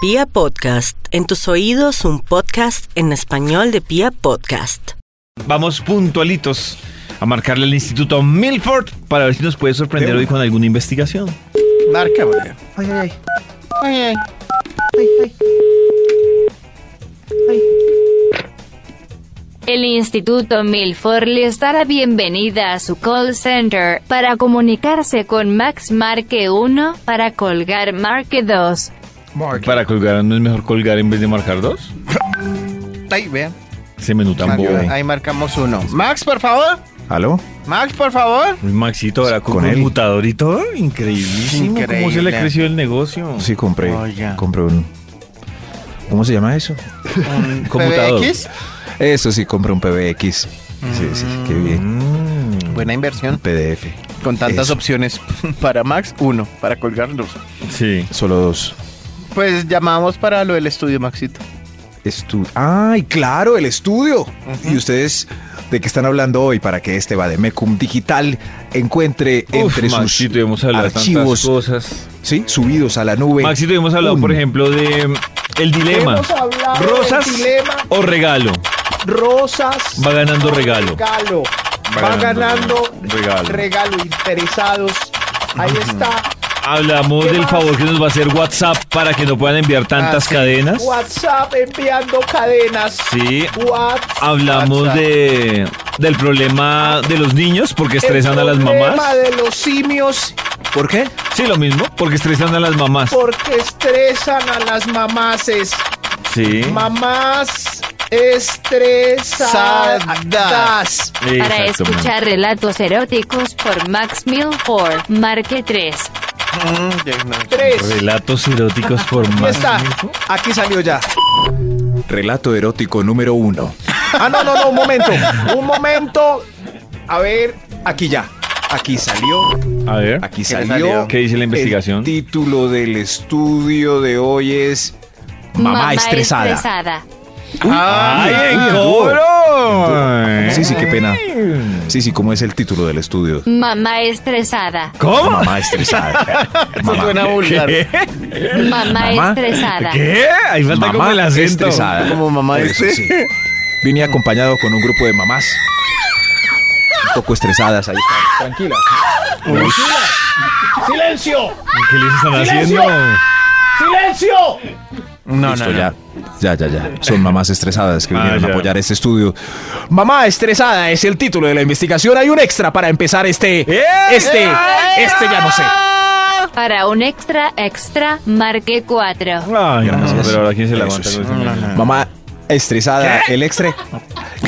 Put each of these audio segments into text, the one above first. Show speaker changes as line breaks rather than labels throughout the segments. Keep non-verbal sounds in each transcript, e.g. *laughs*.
Pia Podcast, en tus oídos un podcast en español de Pia Podcast.
Vamos puntualitos a marcarle al Instituto Milford para ver si nos puede sorprender hoy con alguna investigación.
Marca, boludo.
Ay, ay, ay. Ay, ay. Ay, ay.
El Instituto Milford les dará bienvenida a su call center. Para comunicarse con Max marque 1, para colgar marque 2.
Marca.
Para colgar, ¿no es mejor colgar en vez de marcar dos?
Ahí, vean.
Ese menú tan bobo.
Marca- ahí marcamos uno. Max, por favor.
¿Aló?
Max, por favor.
Uy, Maxito, ahora con,
Con él.
computador y todo, increíblísimo. ¿Cómo se le
Increíble.
creció el negocio?
Sí, compré.
Oh,
Oiga.
Compré un. ¿Cómo se llama eso?
Un
Computador.
PBX.
Eso sí, compré un PBX. Sí, sí, qué bien.
Mm.
Buena
Un
inversión.
PDF.
Con tantas
Eso.
opciones. *laughs* Para Max, uno. Para colgarnos.
Sí.
Solo dos.
Pues llamamos para lo del estudio, Maxito.
Estu- ¡Ay, claro! ¡El estudio! ¿Y ustedes de qué están hablando hoy para que este Vademecum Digital encuentre entre
Uf,
sus
Maxito, y hemos hablado de tantas
archivos
cosas.
¿sí? subidos a la nube?
Maxito, y hemos hablado,
Un-
por ejemplo, de mm, el dilema.
Hemos hablado del
¿Rosas
dilema.
o regalo?
Rosas.
Va ganando regalo.
regalo.
Va
Va,
ganando
ganando,
regalo.
regalo. Interesados. Ahí está.
Hablamos
¿Qué
del
más?
favor que nos va a hacer WhatsApp para que no puedan enviar tantas
Ah, sí.
cadenas.
WhatsApp enviando cadenas.
Sí.
WhatsApp.
Hablamos
WhatsApp.
de del problema de los niños porque estresan a las mamás.
de los simios
¿Por qué?
Sí, lo mismo, porque estresan a las mamás.
porque estresan a las mamases.
Sí.
Mamás estresadas.
Para
Exacto, man.
escuchar relatos eróticos por Max Milford, marque 3.
Tres.
Relatos eróticos por
Aquí
más.
está. Aquí salió ya.
Relato erótico número uno.
Ah, no, no, no, un momento. Un momento. A ver, aquí ya. Aquí salió.
A ver.
Aquí
*laughs* ¿Qué le
salió.
salió?
¿Qué dice la investigación?
El título del estudio de hoy es Mamá, estresada.
estresada.
Ah,
¡Ay, en
Duro.
cobro!
Eh.
Sí, sí, qué pena. Sí, sí, ¿cómo es el título del estudio?
Mamá estresada.
¿Cómo? *laughs*
Mamá estresada.
Eso
Mamá,
suena vulgar.
Mamá
Mamá,
estresada.
¿Qué? Ahí falta como el
mamá
acento.
estresada.
Como mamá
Por eso,
este.
sí. Vine acompañado con un grupo de mamás. Un poco estresadas ahí. están. Tranquilas.
¡Silencio!
¿Qué les están
¡Silencio!
haciendo?
¡Silencio!
No,
Listo,
no, no.
ya. Ya, ya, ya. Son mamás estresadas que
Ah,
vinieron
ya.
a apoyar este estudio. Mamá estresada es el título de la investigación. Hay un extra para empezar este. Este. Este ya no sé.
Para un extra extra, marque 4.
Ay, no,
Gracias.
pero ahora quién se la
Eso
aguanta
sí.
con esa mierda?
Mamá estresada, el extra.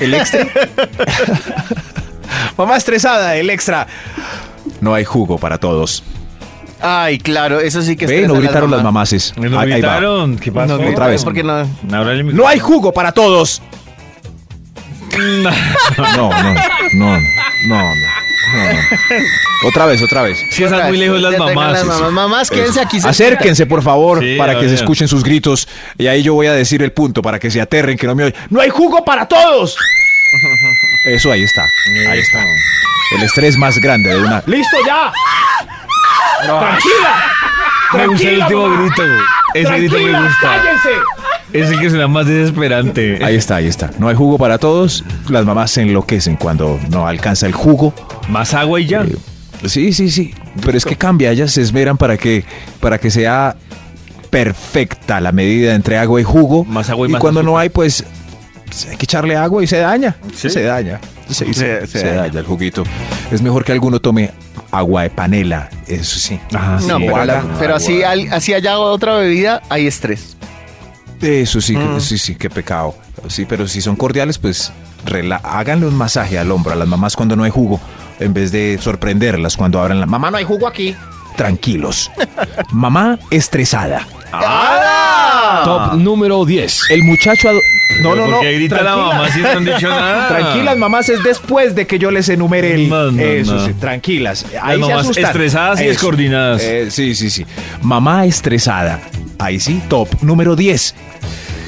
El extra. Mamá estresada, el extra. No hay jugo para todos.
Ay, claro, eso sí que
Ve,
estresa
no
a las
gritaron las
mamás.
mamases.
Me lo
Ahí- ahí va.
gritaron. ¿Qué pasó?
No,
Otra vez.
Porque no.
Ábrale el *laughs*
No hay
micrófono.
jugo para todos. No, no, no, no, no, no, no. Otra vez, otra vez.
Sí, están
Otra
muy
vez,
lejos las
ya tengan
mamás.
las mamás. Mamás, quédense aquí. se-
Acérquense, por favor,
Sí,
para que
oigan.
se escuchen sus gritos. Y ahí yo voy a decir el punto para que se aterren, que no me oyen. ¡No hay jugo para todos! Eso ahí está. Ahí está. El estrés más grande de una.
¡Listo ya! ¡Tranquila!
Me gusta el
Tranquila,
último
mamá.
grito. Ese grito me
¡Tranquila!
gusta.
¡Cállense!
Es el que suena más desesperante.
Ahí está, ahí está. No hay jugo para todos. Las mamás se enloquecen cuando no alcanza el jugo.
Más agua y ya.
Eh, Sí, sí, sí. Pero es que cambia. Ellas se esmeran para que, para que sea perfecta la medida entre agua y jugo.
Más agua y más
cuando no hay, pues, pues, hay que echarle agua y se daña.
Sí.
Se daña. Sí, sí,
Se-
se,
se
daña. el juguito. Es mejor que alguno tome agua de panela. Eso sí.
Ah,
No,
Sí,
pero, la-
agua.
pero así, al- así haya otra bebida, hay estrés.
Eso sí,
Mm.
que- sí, sí, qué pecado. Sí, pero si son cordiales, pues rela- háganle un masaje al hombro a las mamás cuando no hay jugo, en vez de sorprenderlas cuando abran la mamá. No hay jugo aquí.
*laughs*
Tranquilos. mamá estresada.
Top número 10.
El muchacho. ado- No, no, no.
Porque grita la
tranquila.
mamá si no han dicho
*laughs*
nada.
Tranquilas, mamás, es después de que yo les enumere el.
No, no,
Eso
no.
sí, tranquilas. Ahí se
mamás
asustan.
estresadas y
Eso.
descoordinadas.
Eh, sí, sí, sí. Mamá estresada. Ahí sí, top número 10.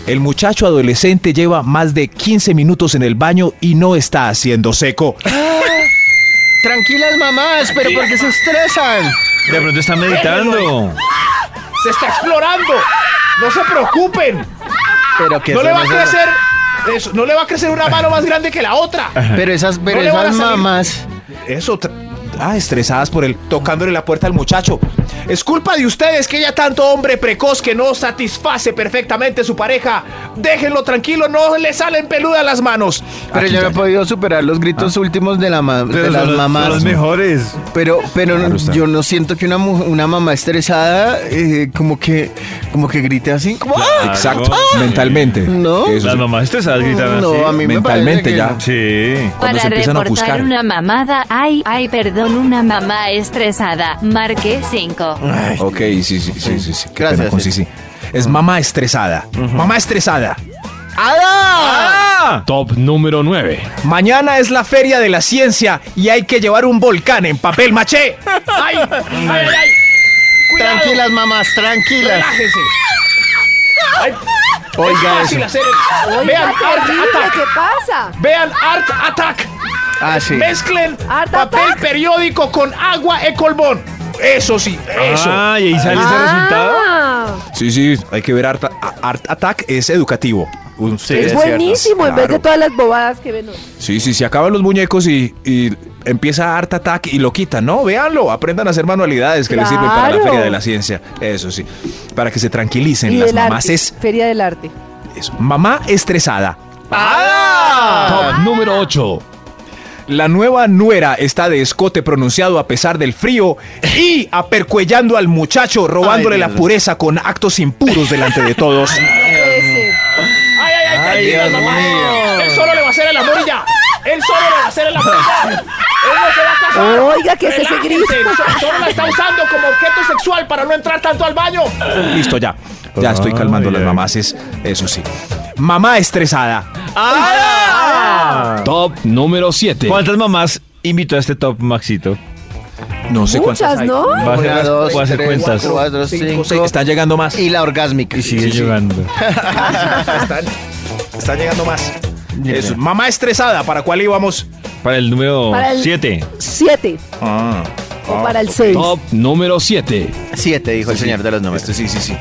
El muchacho adolescente lleva más de 15 minutos en el baño y no está haciendo seco.
Tranquilas mamás, pero porque se estresan.
De pronto está meditando.
¡Se está explorando! No se preocupen.
Pero que
No
eso
le va a
se-
crecer. Eso, no le va a crecer una mano más grande que la otra.
Pero esas, pero
No le van a
esas
salir.
mamás.
Eso. tra- Ah, estresadas por el tocándole la puerta al muchacho.
Es culpa de ustedes que haya tanto hombre precoz que no satisface perfectamente su pareja. Déjenlo tranquilo, no le salen peludas las manos.
Pero yo no he podido superar los gritos últimos de, la ma- de
Pero
las
son los- son
mamás.
los mejores.
Pero, pero
Claro está.
yo no siento que una, mu- una mamá estresada eh, como que como que grite así. Como, "¡Ah!".
Exacto.
sí.
mentalmente.
No.
Eso
Las
sí.
mamás estresadas gritan así.
No, a mí me parece
Mentalmente
que
ya.
no.
Sí.
Cuando
Para
se empiezan a
reportar
ofuscar.
una mamada, ay, ay, perdón, una mamá estresada. Marque 5.
Ok, sí, sí, sí, sí. sí. Qué
Gracias,
pena con
sí.
sí, sí. Es mamá estresada. Mamá estresada.
¡Ah!
Top número 9.
Mañana es la feria de la ciencia y hay que llevar un volcán en papel maché.
¡Ay! ¡Ay, ay, ay! Cuidado,
Tranquilas, mamás, tranquilas.
relájense. Ay,
Oiga
fácil
eso.
hacer el- Vean Art
¿Qué
Attack.
pasa?
Vean Art Attack.
Ah, sí.
Mezclen
Art
papel
Attack.
periódico con agua e colbón. Eso sí, eso.
Ah, y ahí sale ese resultado.
Ah,
Sí, sí, hay que ver Art, Art Attack, es educativo. Un-
es buenísimo en vez de
Claro.
todas las bobadas que ven hoy.
Sí, sí, se acaban los muñecos y, y empieza Art Attack y lo quitan. No, véanlo, aprendan a hacer manualidades que les sirven para la
Claro.
feria de la ciencia. Eso sí, para que se tranquilicen
Y
las
del
mamás.
arte.
Es,
Feria del arte.
es mamá estresada.
Top número 8.
La nueva nuera está de escote pronunciado a pesar del frío y apercuellando al muchacho, robándole
Ay, Dios.
la pureza con actos impuros delante
*laughs*
de todos.
Ese.
Ay, ay, ay, tranquilas,
Dios
mamá.
mío.
Él solo le va a hacer el amor y ya. Él solo le va a hacer el amor y ya. Él no se va a casar.
Oiga, ¿qué es ese
Relájense.
grito?
So- Solo la está usando como objeto sexual para no entrar tanto al baño.
Listo, ya.
Ah,
Ya estoy calmando
Ay,
las
ay.
mamás, es- eso sí. Mamá estresada.
Top número 7.
¿Cuántas mamás invitó a este top, Maxito?
No sé cuántas
Muchas,
hay.
¿no?
Va a hacer,
Una,
las-
dos,
voy a hacer
tres,
cuentas.
cuatro,
Cinco,
cinco.
seis, están llegando más.
Y la orgasmica.
Y sigue
Sí, sí.
llegando.
*laughs* Están llegando más.
Ya,
Eso,
ya.
Mamá estresada, ¿para cuál íbamos?
Para el número
Para el-
7.
Siete.
Ah,
O para el seis.
Top número 7.
Siete, dijo el señor de los números.
este sí, sí, sí.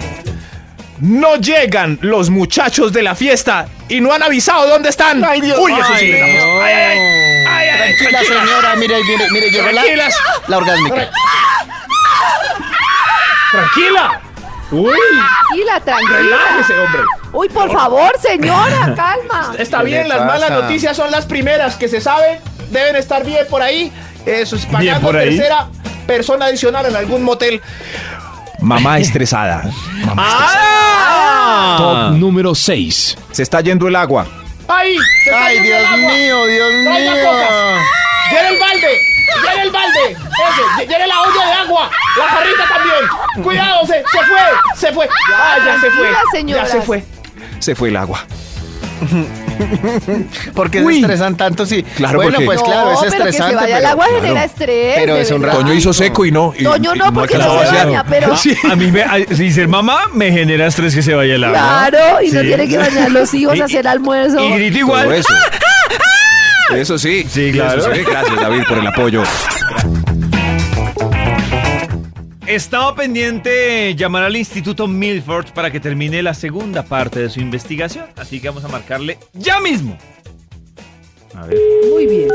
No llegan los muchachos de la fiesta y no han avisado dónde están.
Ay, Dios.
Uy, eso sí.
Ay,
estamos-
no.
Ay, ay, ay. Ay, ay, ay,
Tranquila,
tranquilas.
señora, mire, mire, mire, llegó la,
Tranquilas.
la orgásmica.
Tranquila. Uy,
Tranquila, tranquila.
relájese, hombre.
Uy, por favor, señora, calma.
Está
¿Qué
bien,
le
las malas
pasa?
noticias son las primeras que se saben, deben estar bien por ahí. Eso es
Bien
pagando
por ahí.
tercera persona adicional en algún motel.
Mamá estresada. Mamá
Ah.
Top número 6.
estresada. Se está yendo el agua.
¡Ay! se está
Ay,
yendo el
Dios
agua.
mío, Dios
Traiga
mío.
cocas. ¡Llena el balde! ¡Llena el balde! Eso, lle- ¡Llena la olla de agua! ¡La jarrita también! ¡Cuidado! ¡Se, se fue! ¡Se fue! ¡Ah, ya se fue!
tranquila,
¡Ya
señoras.
se fue!
Se fue el agua.
¿Por qué
Uy.
se estresan tanto si?
Claro,
bueno,
porque-
pues claro, es
No, pero que se
estresante.
vaya al
pero-
agua genera
claro.
estrés.
Pero
de
es un
verdad.
Toño hizo seco y no. y-
Toño
y
no, porque
alcanzó
no
a
se
vaciar.
baña,
*laughs*
pero...
A, a mí, me, a- si ser mamá, me genera estrés que se vaya el agua.
Claro, y no
Sí.
tiene que bañar los
*laughs*
hijos,
Y-
hacer almuerzo.
Y grito
Todo
igual.
eso. Eso Ah, sí.
Sí, claro.
Eso sí. Gracias, David, por el apoyo.
Estaba pendiente llamar al Instituto Milford para que termine la segunda parte de su investigación, así que vamos a marcarle ya mismo. A ver.
Muy bien.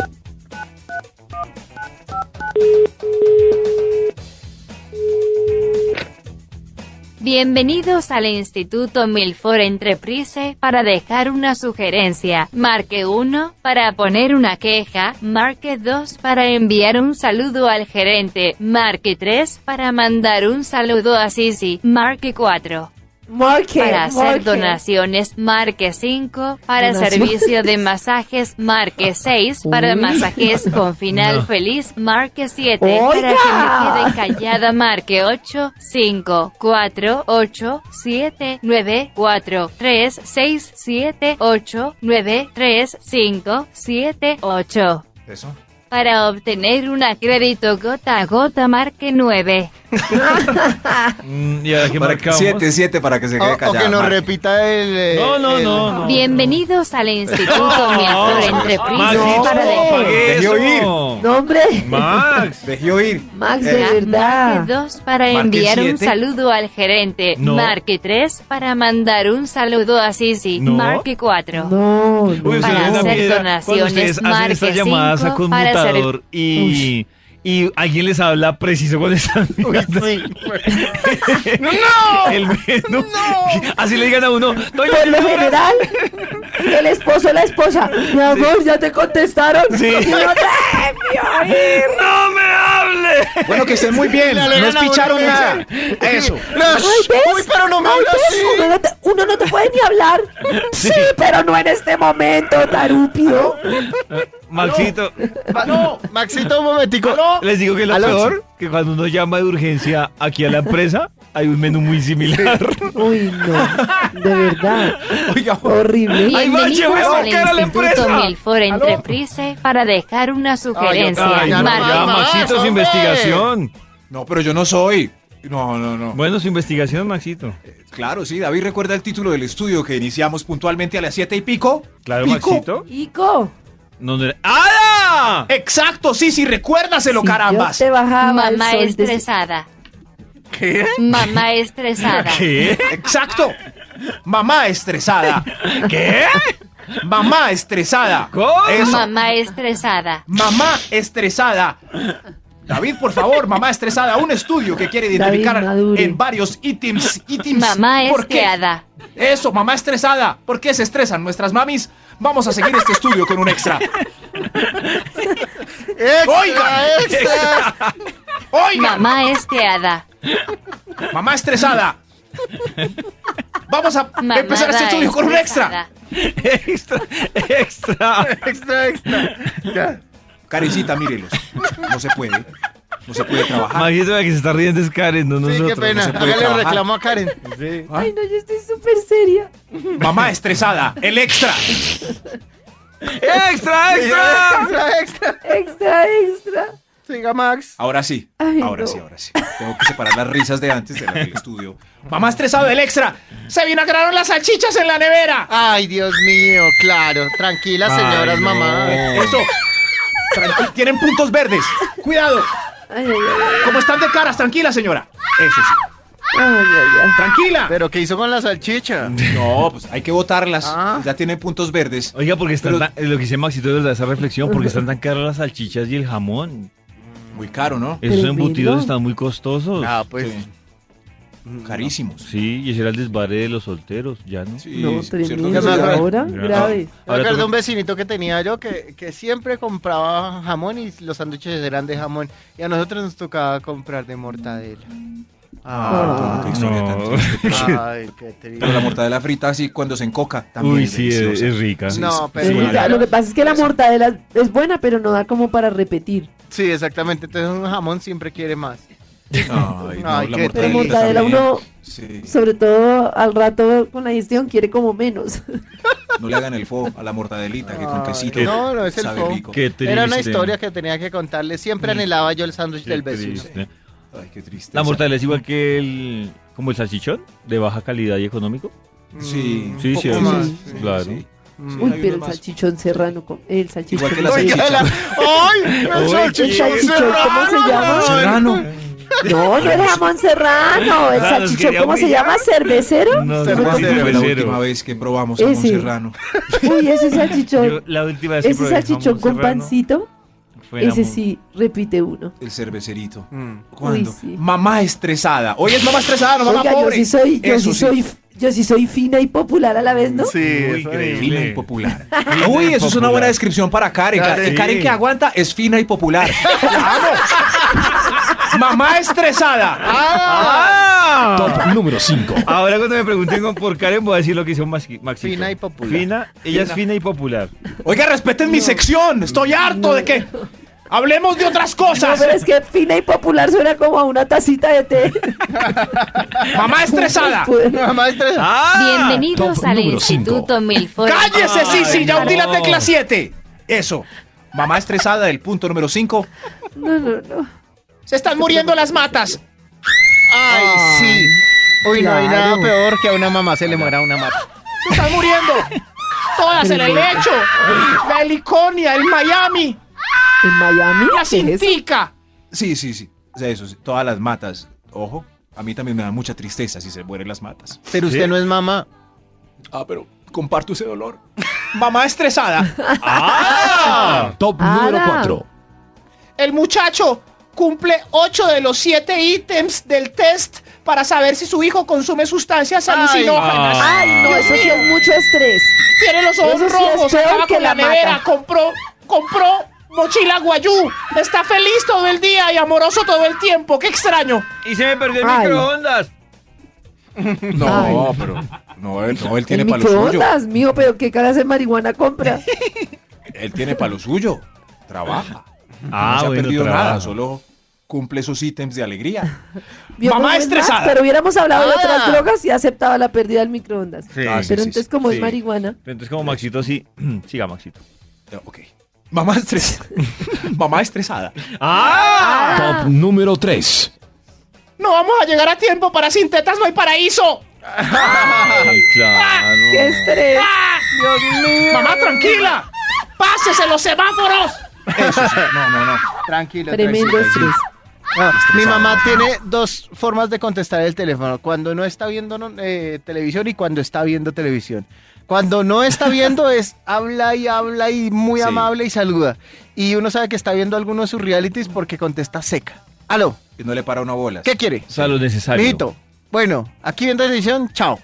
Bienvenidos al Instituto Milford Entreprise para dejar una sugerencia. Marque 1 para poner una queja, marque 2 para enviar un saludo al gerente, marque 3 para mandar un saludo a Sisi, marque 4
Marque,
para hacer
marque.
donaciones, marque 5 para
Donaciones.
servicio de masajes, marque 6 para masajes con final feliz, marque 7 para
Oiga.
que me quede callada, marque 8, 5, 4, 8, 7, 9, 4, 3, 6, 7, 8, 9, 3, 5, 7, 8.
Eso.
Para obtener un crédito gota a gota, marque 9.
Mm, ¿Y ahora qué
Para-
marcamos?
Siete, siete para que se quede
O, o
callada.
que nos
Vale.
repita el. eh,
No, no,
el-
Oh, no. no.
Bienvenidos al Instituto Milford Entreprise
Maxito,
para
no,
dejar
apague
Dejé
eso.
oír.
No, hombre.
Max.
Dejé oír.
Max,
Eh,
de verdad.
Marque 2 para
Marque
enviar un
siete.
saludo al gerente.
No.
Marque 3 para mandar un saludo a Sisi.
No.
Marque 4.
No,
Uy,
no.
ustedes
Para
dan
hacer
piedra cuando
donaciones,
ustedes hacen
marque
estas llamadas a
cinco para hacer el-
conmutador y, y alguien les habla preciso cuando están mirando. *laughs* ¡No! El menú. Así le digan a uno, doña
Por lo
Leonora".
general, el esposo o la esposa. Mi amor, ya te contestaron.
Sí.
Y uno, "Ay, mi amor".
¡No me hable!
Bueno, que estén
*laughs*
muy bien. No espicharon nada. Eso.
Ay, ¿ves? Ay, ¿ves? Uno, *laughs* no te, uno no te puede ni hablar. Sí, pero no en este momento, tarúpido.
Maxito,
No,
Maxito, un momentico.
les digo que lo
¿Aló?
peor, que cuando uno llama de urgencia aquí a la empresa, hay un menú muy similar.
Uy, no. De verdad.
Oiga,
Horrible.
Ahí va,
Bienvenidos
llevé a
al
bancar a la
Instituto
empresa.
Milford Entreprise para dejar una sugerencia.
Ay, no, ya,
Marque
Maxito, su investigación.
No, pero yo no soy. No, no, no.
Bueno, su investigación, Maxito.
Claro, sí, David recuerda el título del estudio que iniciamos puntualmente a las siete y pico.
Claro,
¿Pico?
Maxito.
Ico.
No, no era- ¡Ada!
Exacto, sí, sí, recuérdaselo,
si
carambas.
Yo te bajaba
Mamá
al sol de-
estresada. ¿Qué? Mamá estresada.
¿Qué?
Exacto. Mamá estresada.
¿Qué?
Mamá estresada.
¿Cómo?
Eso.
Mamá estresada.
Mamá estresada. David, por favor, mamá estresada, un estudio que quiere
David,
identificar
madure.
en varios ítems, ítems.
Mamá
¿Por qué?
estreada.
Eso, mamá estresada. ¿Por qué se estresan nuestras mamis? Vamos a seguir este estudio con un extra.
Oiga,
Oiga,
Mamá esteada.
mamá estresada. Vamos a
Mamá
empezar este estudio con un extra.
Extra, extra.
*laughs* Extra, extra. Ya.
Karencita, mírelos. No se puede. No se puede trabajar.
Maxito, la que se está riendo es Karen, no
Sí,
nosotros.
qué pena.
se puede
Hágale un
trabajar.
reclamo a Karen. Sí.
¿Ah?
Ay, no, yo estoy súper seria.
Mamá estresada, el extra.
¡Extra, extra!
Extra, extra.
Extra, extra.
Siga, Max.
Ahora sí,
Ay,
ahora
no.
sí, ahora sí. Tengo que separar las risas de antes de las del estudio. Mamá estresada, el extra. Se vinagraron las salchichas en la nevera.
Ay, Dios mío, claro. Tranquilas, señoras,
Ay, no.
mamá.
Eso. Tranqui- Tienen puntos verdes. Cuidado.
Ay, ay, ay.
Como están de caras, tranquila, señora. Eso sí.
Ay, ay, ay.
Tranquila.
¿Pero qué hizo con la salchicha?
No, pues hay que votarlas. Pues
Ah.
Ya tienen puntos verdes.
Oiga, porque están
Pero-
tan- eh, lo que dice Maxito de verdad, esa reflexión, porque están tan caras las salchichas y el jamón.
Muy caro, ¿no?
Esos
Tremendo.
embutidos están muy costosos.
Ah, pues.
Sí. Carísimos.
Sí, y ese era el desvare de los solteros, ya no.
Sí,
No,
sí, cierto
tremendo.
que Ah. sí.
Ahora,
Ya.
grave.
Me
Ahora
acuerdo de
tú-
un vecinito que tenía yo que, que siempre compraba jamón y los sándwiches eran de jamón. Y a nosotros nos tocaba comprar de mortadela.
Ah, qué historia tan
No.
triste.
Ay, qué
Pero la
triste.
mortadela frita, sí, cuando se encoca, también
Uy,
es
sí, es,
deliciosa.
es rica.
Sí,
No,
sí,
pero-
sí,
Sí,
bueno,
la- lo que pasa es que la mortadela es buena, pero no da como para repetir.
Sí, exactamente. Entonces un jamón siempre quiere más.
Ay, no,
Ay,
la
qué-
Pero
mortadelita
mortadela
también.
uno,
Sí,
sobre todo al rato con la digestión, quiere como menos.
no le hagan el fo a la mortadelita, que con
Ay,
quesito
no, no es el
sabe
fo.
rico.
Qué triste.
Era una historia que tenía que contarle. Siempre anhelaba yo el sándwich
Qué
del vecino.
triste.
Ay, qué triste.
Este, La mortadela es igual que el... Como el salchichón, de baja calidad y económico.
Sí,
Sí,
poco
sí, es-
más,
sí, claro.
sí.
Mm.
Mm, Uy,
hay
pero
uno
el
más.
salchichón serrano, con- el salchichón.
Igual que la
serrano.
salchicha.
Oiga, la-
*laughs*
¡Ay!
Uy,
El
El
salchichón
salchichón, ¿cómo se llama?
Serrano.
No, no es jamón serrano. El
Serrano, es que
salchichón,
ya
¿cómo se
voy ya.
llama? ¿Cervecero?
No,
¿Cuándo
Cervecero.
no,
fue la
cervecero.
última vez que probamos
Ese.
jamón serrano?
Uy, ese
Yo,
salchichón.
la última vez que
Ese
probé el
salchichón
jamón
con
serrano
pancito,
fue en
ese
Amor.
sí, repite uno.
El cervecerito.
Mm.
¿Cuándo?
Uy, sí.
Mamá estresada. Hoy es mamá estresada, no mamá
Oiga, yo
pobre.
sí soy, yo
Eso
sí soy, yo sí soy fina y popular a la vez, ¿no?
Sí,
Muy
eso
increíble.
es.
Fina y popular. Uy, eso es una
popular.
buena descripción para Karen.
Claro,
Ka-
sí.
Karen que aguanta es fina y popular. *laughs* ¡Vamos! Mamá estresada.
¡Ah!
Top número 5.
*laughs* Ahora cuando me pregunten con- por Karen voy a decir lo que hizo Maxi- Maxito.
Fina y popular.
Fina, ella es fina y popular.
Oiga, respeten mi sección. Estoy harto de que hablemos de otras
No,
cosas.
pero es que fina y popular suena como a una tacita de té.
Mamá *laughs* estresada.
Nada más tres.
Bienvenidos
Top
al
número cinco.
Instituto Milford.
¡Cállese,
Ay,
Sisi! Ya
no.
hundí la tecla 7. Eso. Mamá estresada del punto número 5.
No, no, no.
Se están muriendo las matas.
Ay, sí. Uy, no hay nada
Claro.
peor que a una mamá se le muera una mata.
Se están muriendo. Todas en el lecho. La heliconia, el Miami.
¿En Miami?
¡La
¿Qué es eso?
cintica!
Sí, sí, sí. O sea, eso, sí, todas las matas. Ojo, a mí también me da mucha tristeza si se mueren las matas.
Pero usted no es mamá.
Ah, pero comparto ese dolor. Mamá *laughs* estresada.
¡Ah!
Top
Ara.
número 4.
El muchacho cumple 8 de los 7 ítems del test para saber si su hijo consume sustancias alucinógenas.
Ah.
Ay, no, eso sí es mucho estrés.
Tiene los ojos
Eso sí es
rojos,
peor
acaba
que
con la
la mata.
nevera, compró, compró mochila guayú, está feliz todo el día y amoroso todo el tiempo. ¡Qué extraño!
Y se me perdió el
Ay.
microondas.
No, pero. No, él, no, él tiene
el
para lo suyo.
microondas, mijo, pero qué cara de marihuana compra.
Él tiene para lo suyo. Trabaja.
Ah,
no se
bueno,
ha perdido
trabaja.
nada, solo cumple esos ítems de alegría.
Vio
Mamá
cómo es Max,
estresada.
pero hubiéramos hablado de otras
Ah.
drogas y aceptaba la pérdida del microondas.
Sí.
Ah, sí.
Pero entonces, como
sí.
es marihuana,
Entonces, como Maxito, sí. *clears throat* Siga, Maxito.
No, ok. Mamá estresada. Mamá estresada.
¡Ah!
Top número 3.
No vamos a llegar a tiempo para sin tetas no hay paraíso.
Ay, claro.
¡Ah! qué estrés. Dios mío.
Mamá, tranquila. Pásese los semáforos.
Eso sí. No, no, no.
Tranquilo.
Tremendo
tranquilo.
estrés.
Ah, mi mamá tiene dos formas de contestar el teléfono. Cuando no está viendo no, eh, televisión y cuando está viendo televisión. Cuando no está viendo es habla y habla y muy
Sí.
amable y saluda. Y uno sabe que está viendo alguno de sus realities porque contesta seca. Aló,
Que no le para una bola.
¿qué quiere?
O sea, lo necesario.
Mijito, bueno, aquí viendo televisión, chao.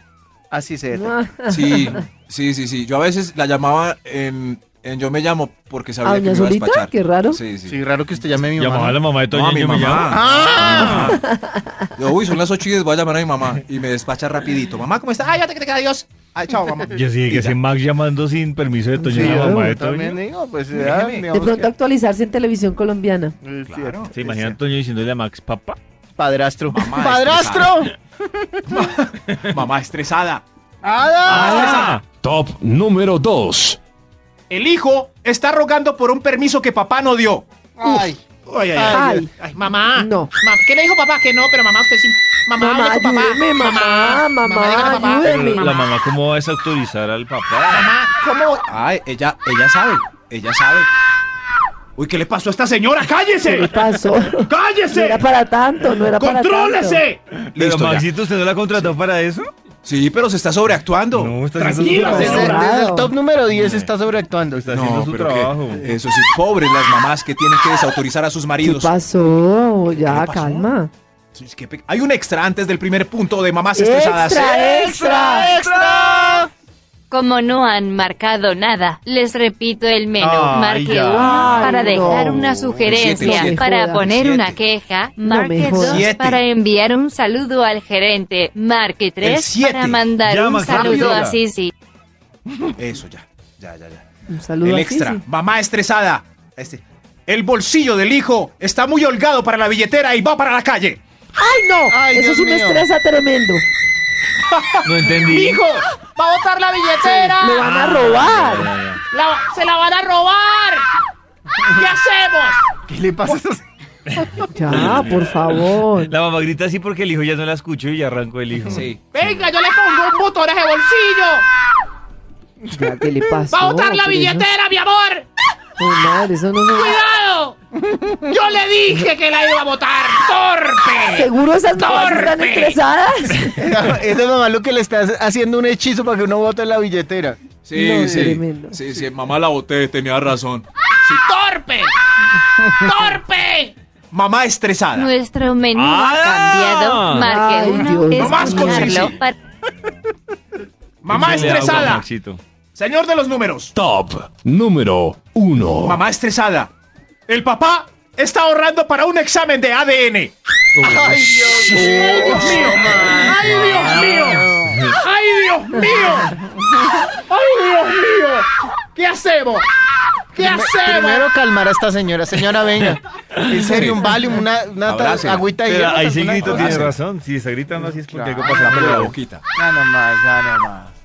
Así se detecta.
Ah,
Sí, sí, sí, sí. Yo a veces la llamaba en, en Yo me llamo porque sabía
¿A
que me
doña
iba a
Zulita?
despachar.
Qué raro.
Sí, sí.
Sí, raro que usted llame a mi
Llamaba a
mamá.
la mamá de
No,
Toño.
a mi
yo me llamo.
mamá.
¡Ah!
Yo, uy, son las 8 y 10, voy a llamar a mi mamá. Y me despacha rapidito. Mamá, ¿cómo está? Ay, ya te que te queda Dios. Ay, chao, mamá.
Yo sí, que
Y
ese
ya.
Max llamando sin permiso de Toño
Sí,
y la
yo
mamá de
también
Toño.
digo, pues, ya,
Déjeme.
digamos
De pronto
que-
actualizarse en televisión colombiana.
es
Claro.
cierto.
¿Se imaginan a Toño diciéndole a Max, papá?
Padrastro.
Mamá
¡Padrastro!
Mamá estresada.
¡Ada!
¡Ah!
Top número 2.
El hijo
Está rogando por un permiso que papá no dio.
¡Ay!
Ay, ay,
Ay.
ay. Ay, mamá.
No.
Ma- ¿Qué le dijo papá? Que no, pero mamá, usted sí. Mamá,
Mamá,
hable con papá.
ayúdeme, mamá, mamá,
dígale a papá.
Pero
ayúdeme.
la mamá, ¿cómo va a desautorizar al papá?
Mamá, ¿cómo?
Ay, ella, ella sabe. Ella sabe. Uy, ¿qué le pasó a esta señora?
¿Qué le
¡Cállese!
pasó? No
¡Cállese!
era para tanto, no era para tanto.
¡Contrólese!
Pero
Listo, ya.
Maxito, ¿usted no la contrató para eso?
Sí, pero se está sobreactuando.
está
Tranquila,
haciendo su
Desde,
trabajo.
Claro.
desde el top número 10 está sobreactuando.
Está haciendo su
que-
trabajo.
eso sí, pobres las mamás que tienen que desautorizar a sus
¿Qué
maridos.
pasó? Ya,
pasó?
calma.
Sí, es que pe- Hay un extra antes del primer punto de mamás estresadas.
Extra, extra.
Como no han marcado nada, les repito el menú.
Ay,
marque
ya.
1 para
Ay,
dejar
no.
una
Siete,
sugerencia,
siete.
para
Joda.
poner
Siete.
una queja.
No
Marque
me
2
jodas.
Siete.
para enviar un saludo al gerente. Marque
El
3
siete.
para mandar
Ya,
un
Max,
saludo
rápido.
a Sisi.
Eso ya, ya, ya, ya.
Un saludo
el
a
extra,
Sisi.
mamá estresada. Este. El bolsillo del hijo está muy holgado para la billetera y va para la calle.
¡Ay, no!
Ay,
Eso
Dios
es un
mío.
estresa tremendo.
No
Mi
entendí.
hijo va a botar la billetera.
Lo van a robar.
Ya,
La- se la van a robar. ¿Qué hacemos?
¿Qué le pasa?
Ya, por
ya.
favor.
La mamá grita así porque el hijo ya no la escuchó y ya arrancó el hijo.
Venga, yo le pongo un botón a ese bolsillo.
Ya, ¿Qué le pasó?
Va a botar la
Pero eso-
billetera, mi amor.
Ay, madre, eso no no-
¡Cuidado! Yo le dije que la iba a botar. ¡Torpe!
¿Seguro esas mamás están
¡Torpe!
estresadas?
*laughs* Esa es la mamá lo que le está haciendo un hechizo para que uno bote la billetera.
Sí, No, sí. tremendo.
Sí, sí, mamá la boté, tenía razón.
¡Torpe! ¡Torpe!
Mamá estresada.
Nuestro menú
Ah.
ha cambiado. Marque
Ay,
1
Dios
es
mío.
Mamás con
escucharlo
Sisi.
para-
Mamá
Échale agua,
estresada.
Maxito.
Señor de los números.
Top número 1.
Mamá estresada.
El papá está ahorrando para un examen de ADN.
¡Ay, Dios
¡Ay, Dios mío! ¡Ay, Dios mío! ¡Ay, Dios mío! ¡Ay, Dios mío! ¿Qué hacemos? ¿Qué
Primero
hacemos?
calmar a esta señora. Señora, venga. En serio, un Valium, una, una ta-
Abrácela.
agüita de
Pero
hierbas,
ahí sí
alguna
grito
cosa.
tiene
Abrazo.
razón. Si está gritando así es porque algo
Sácame la
pasa.
boquita.
Ya nomás, ya nomás.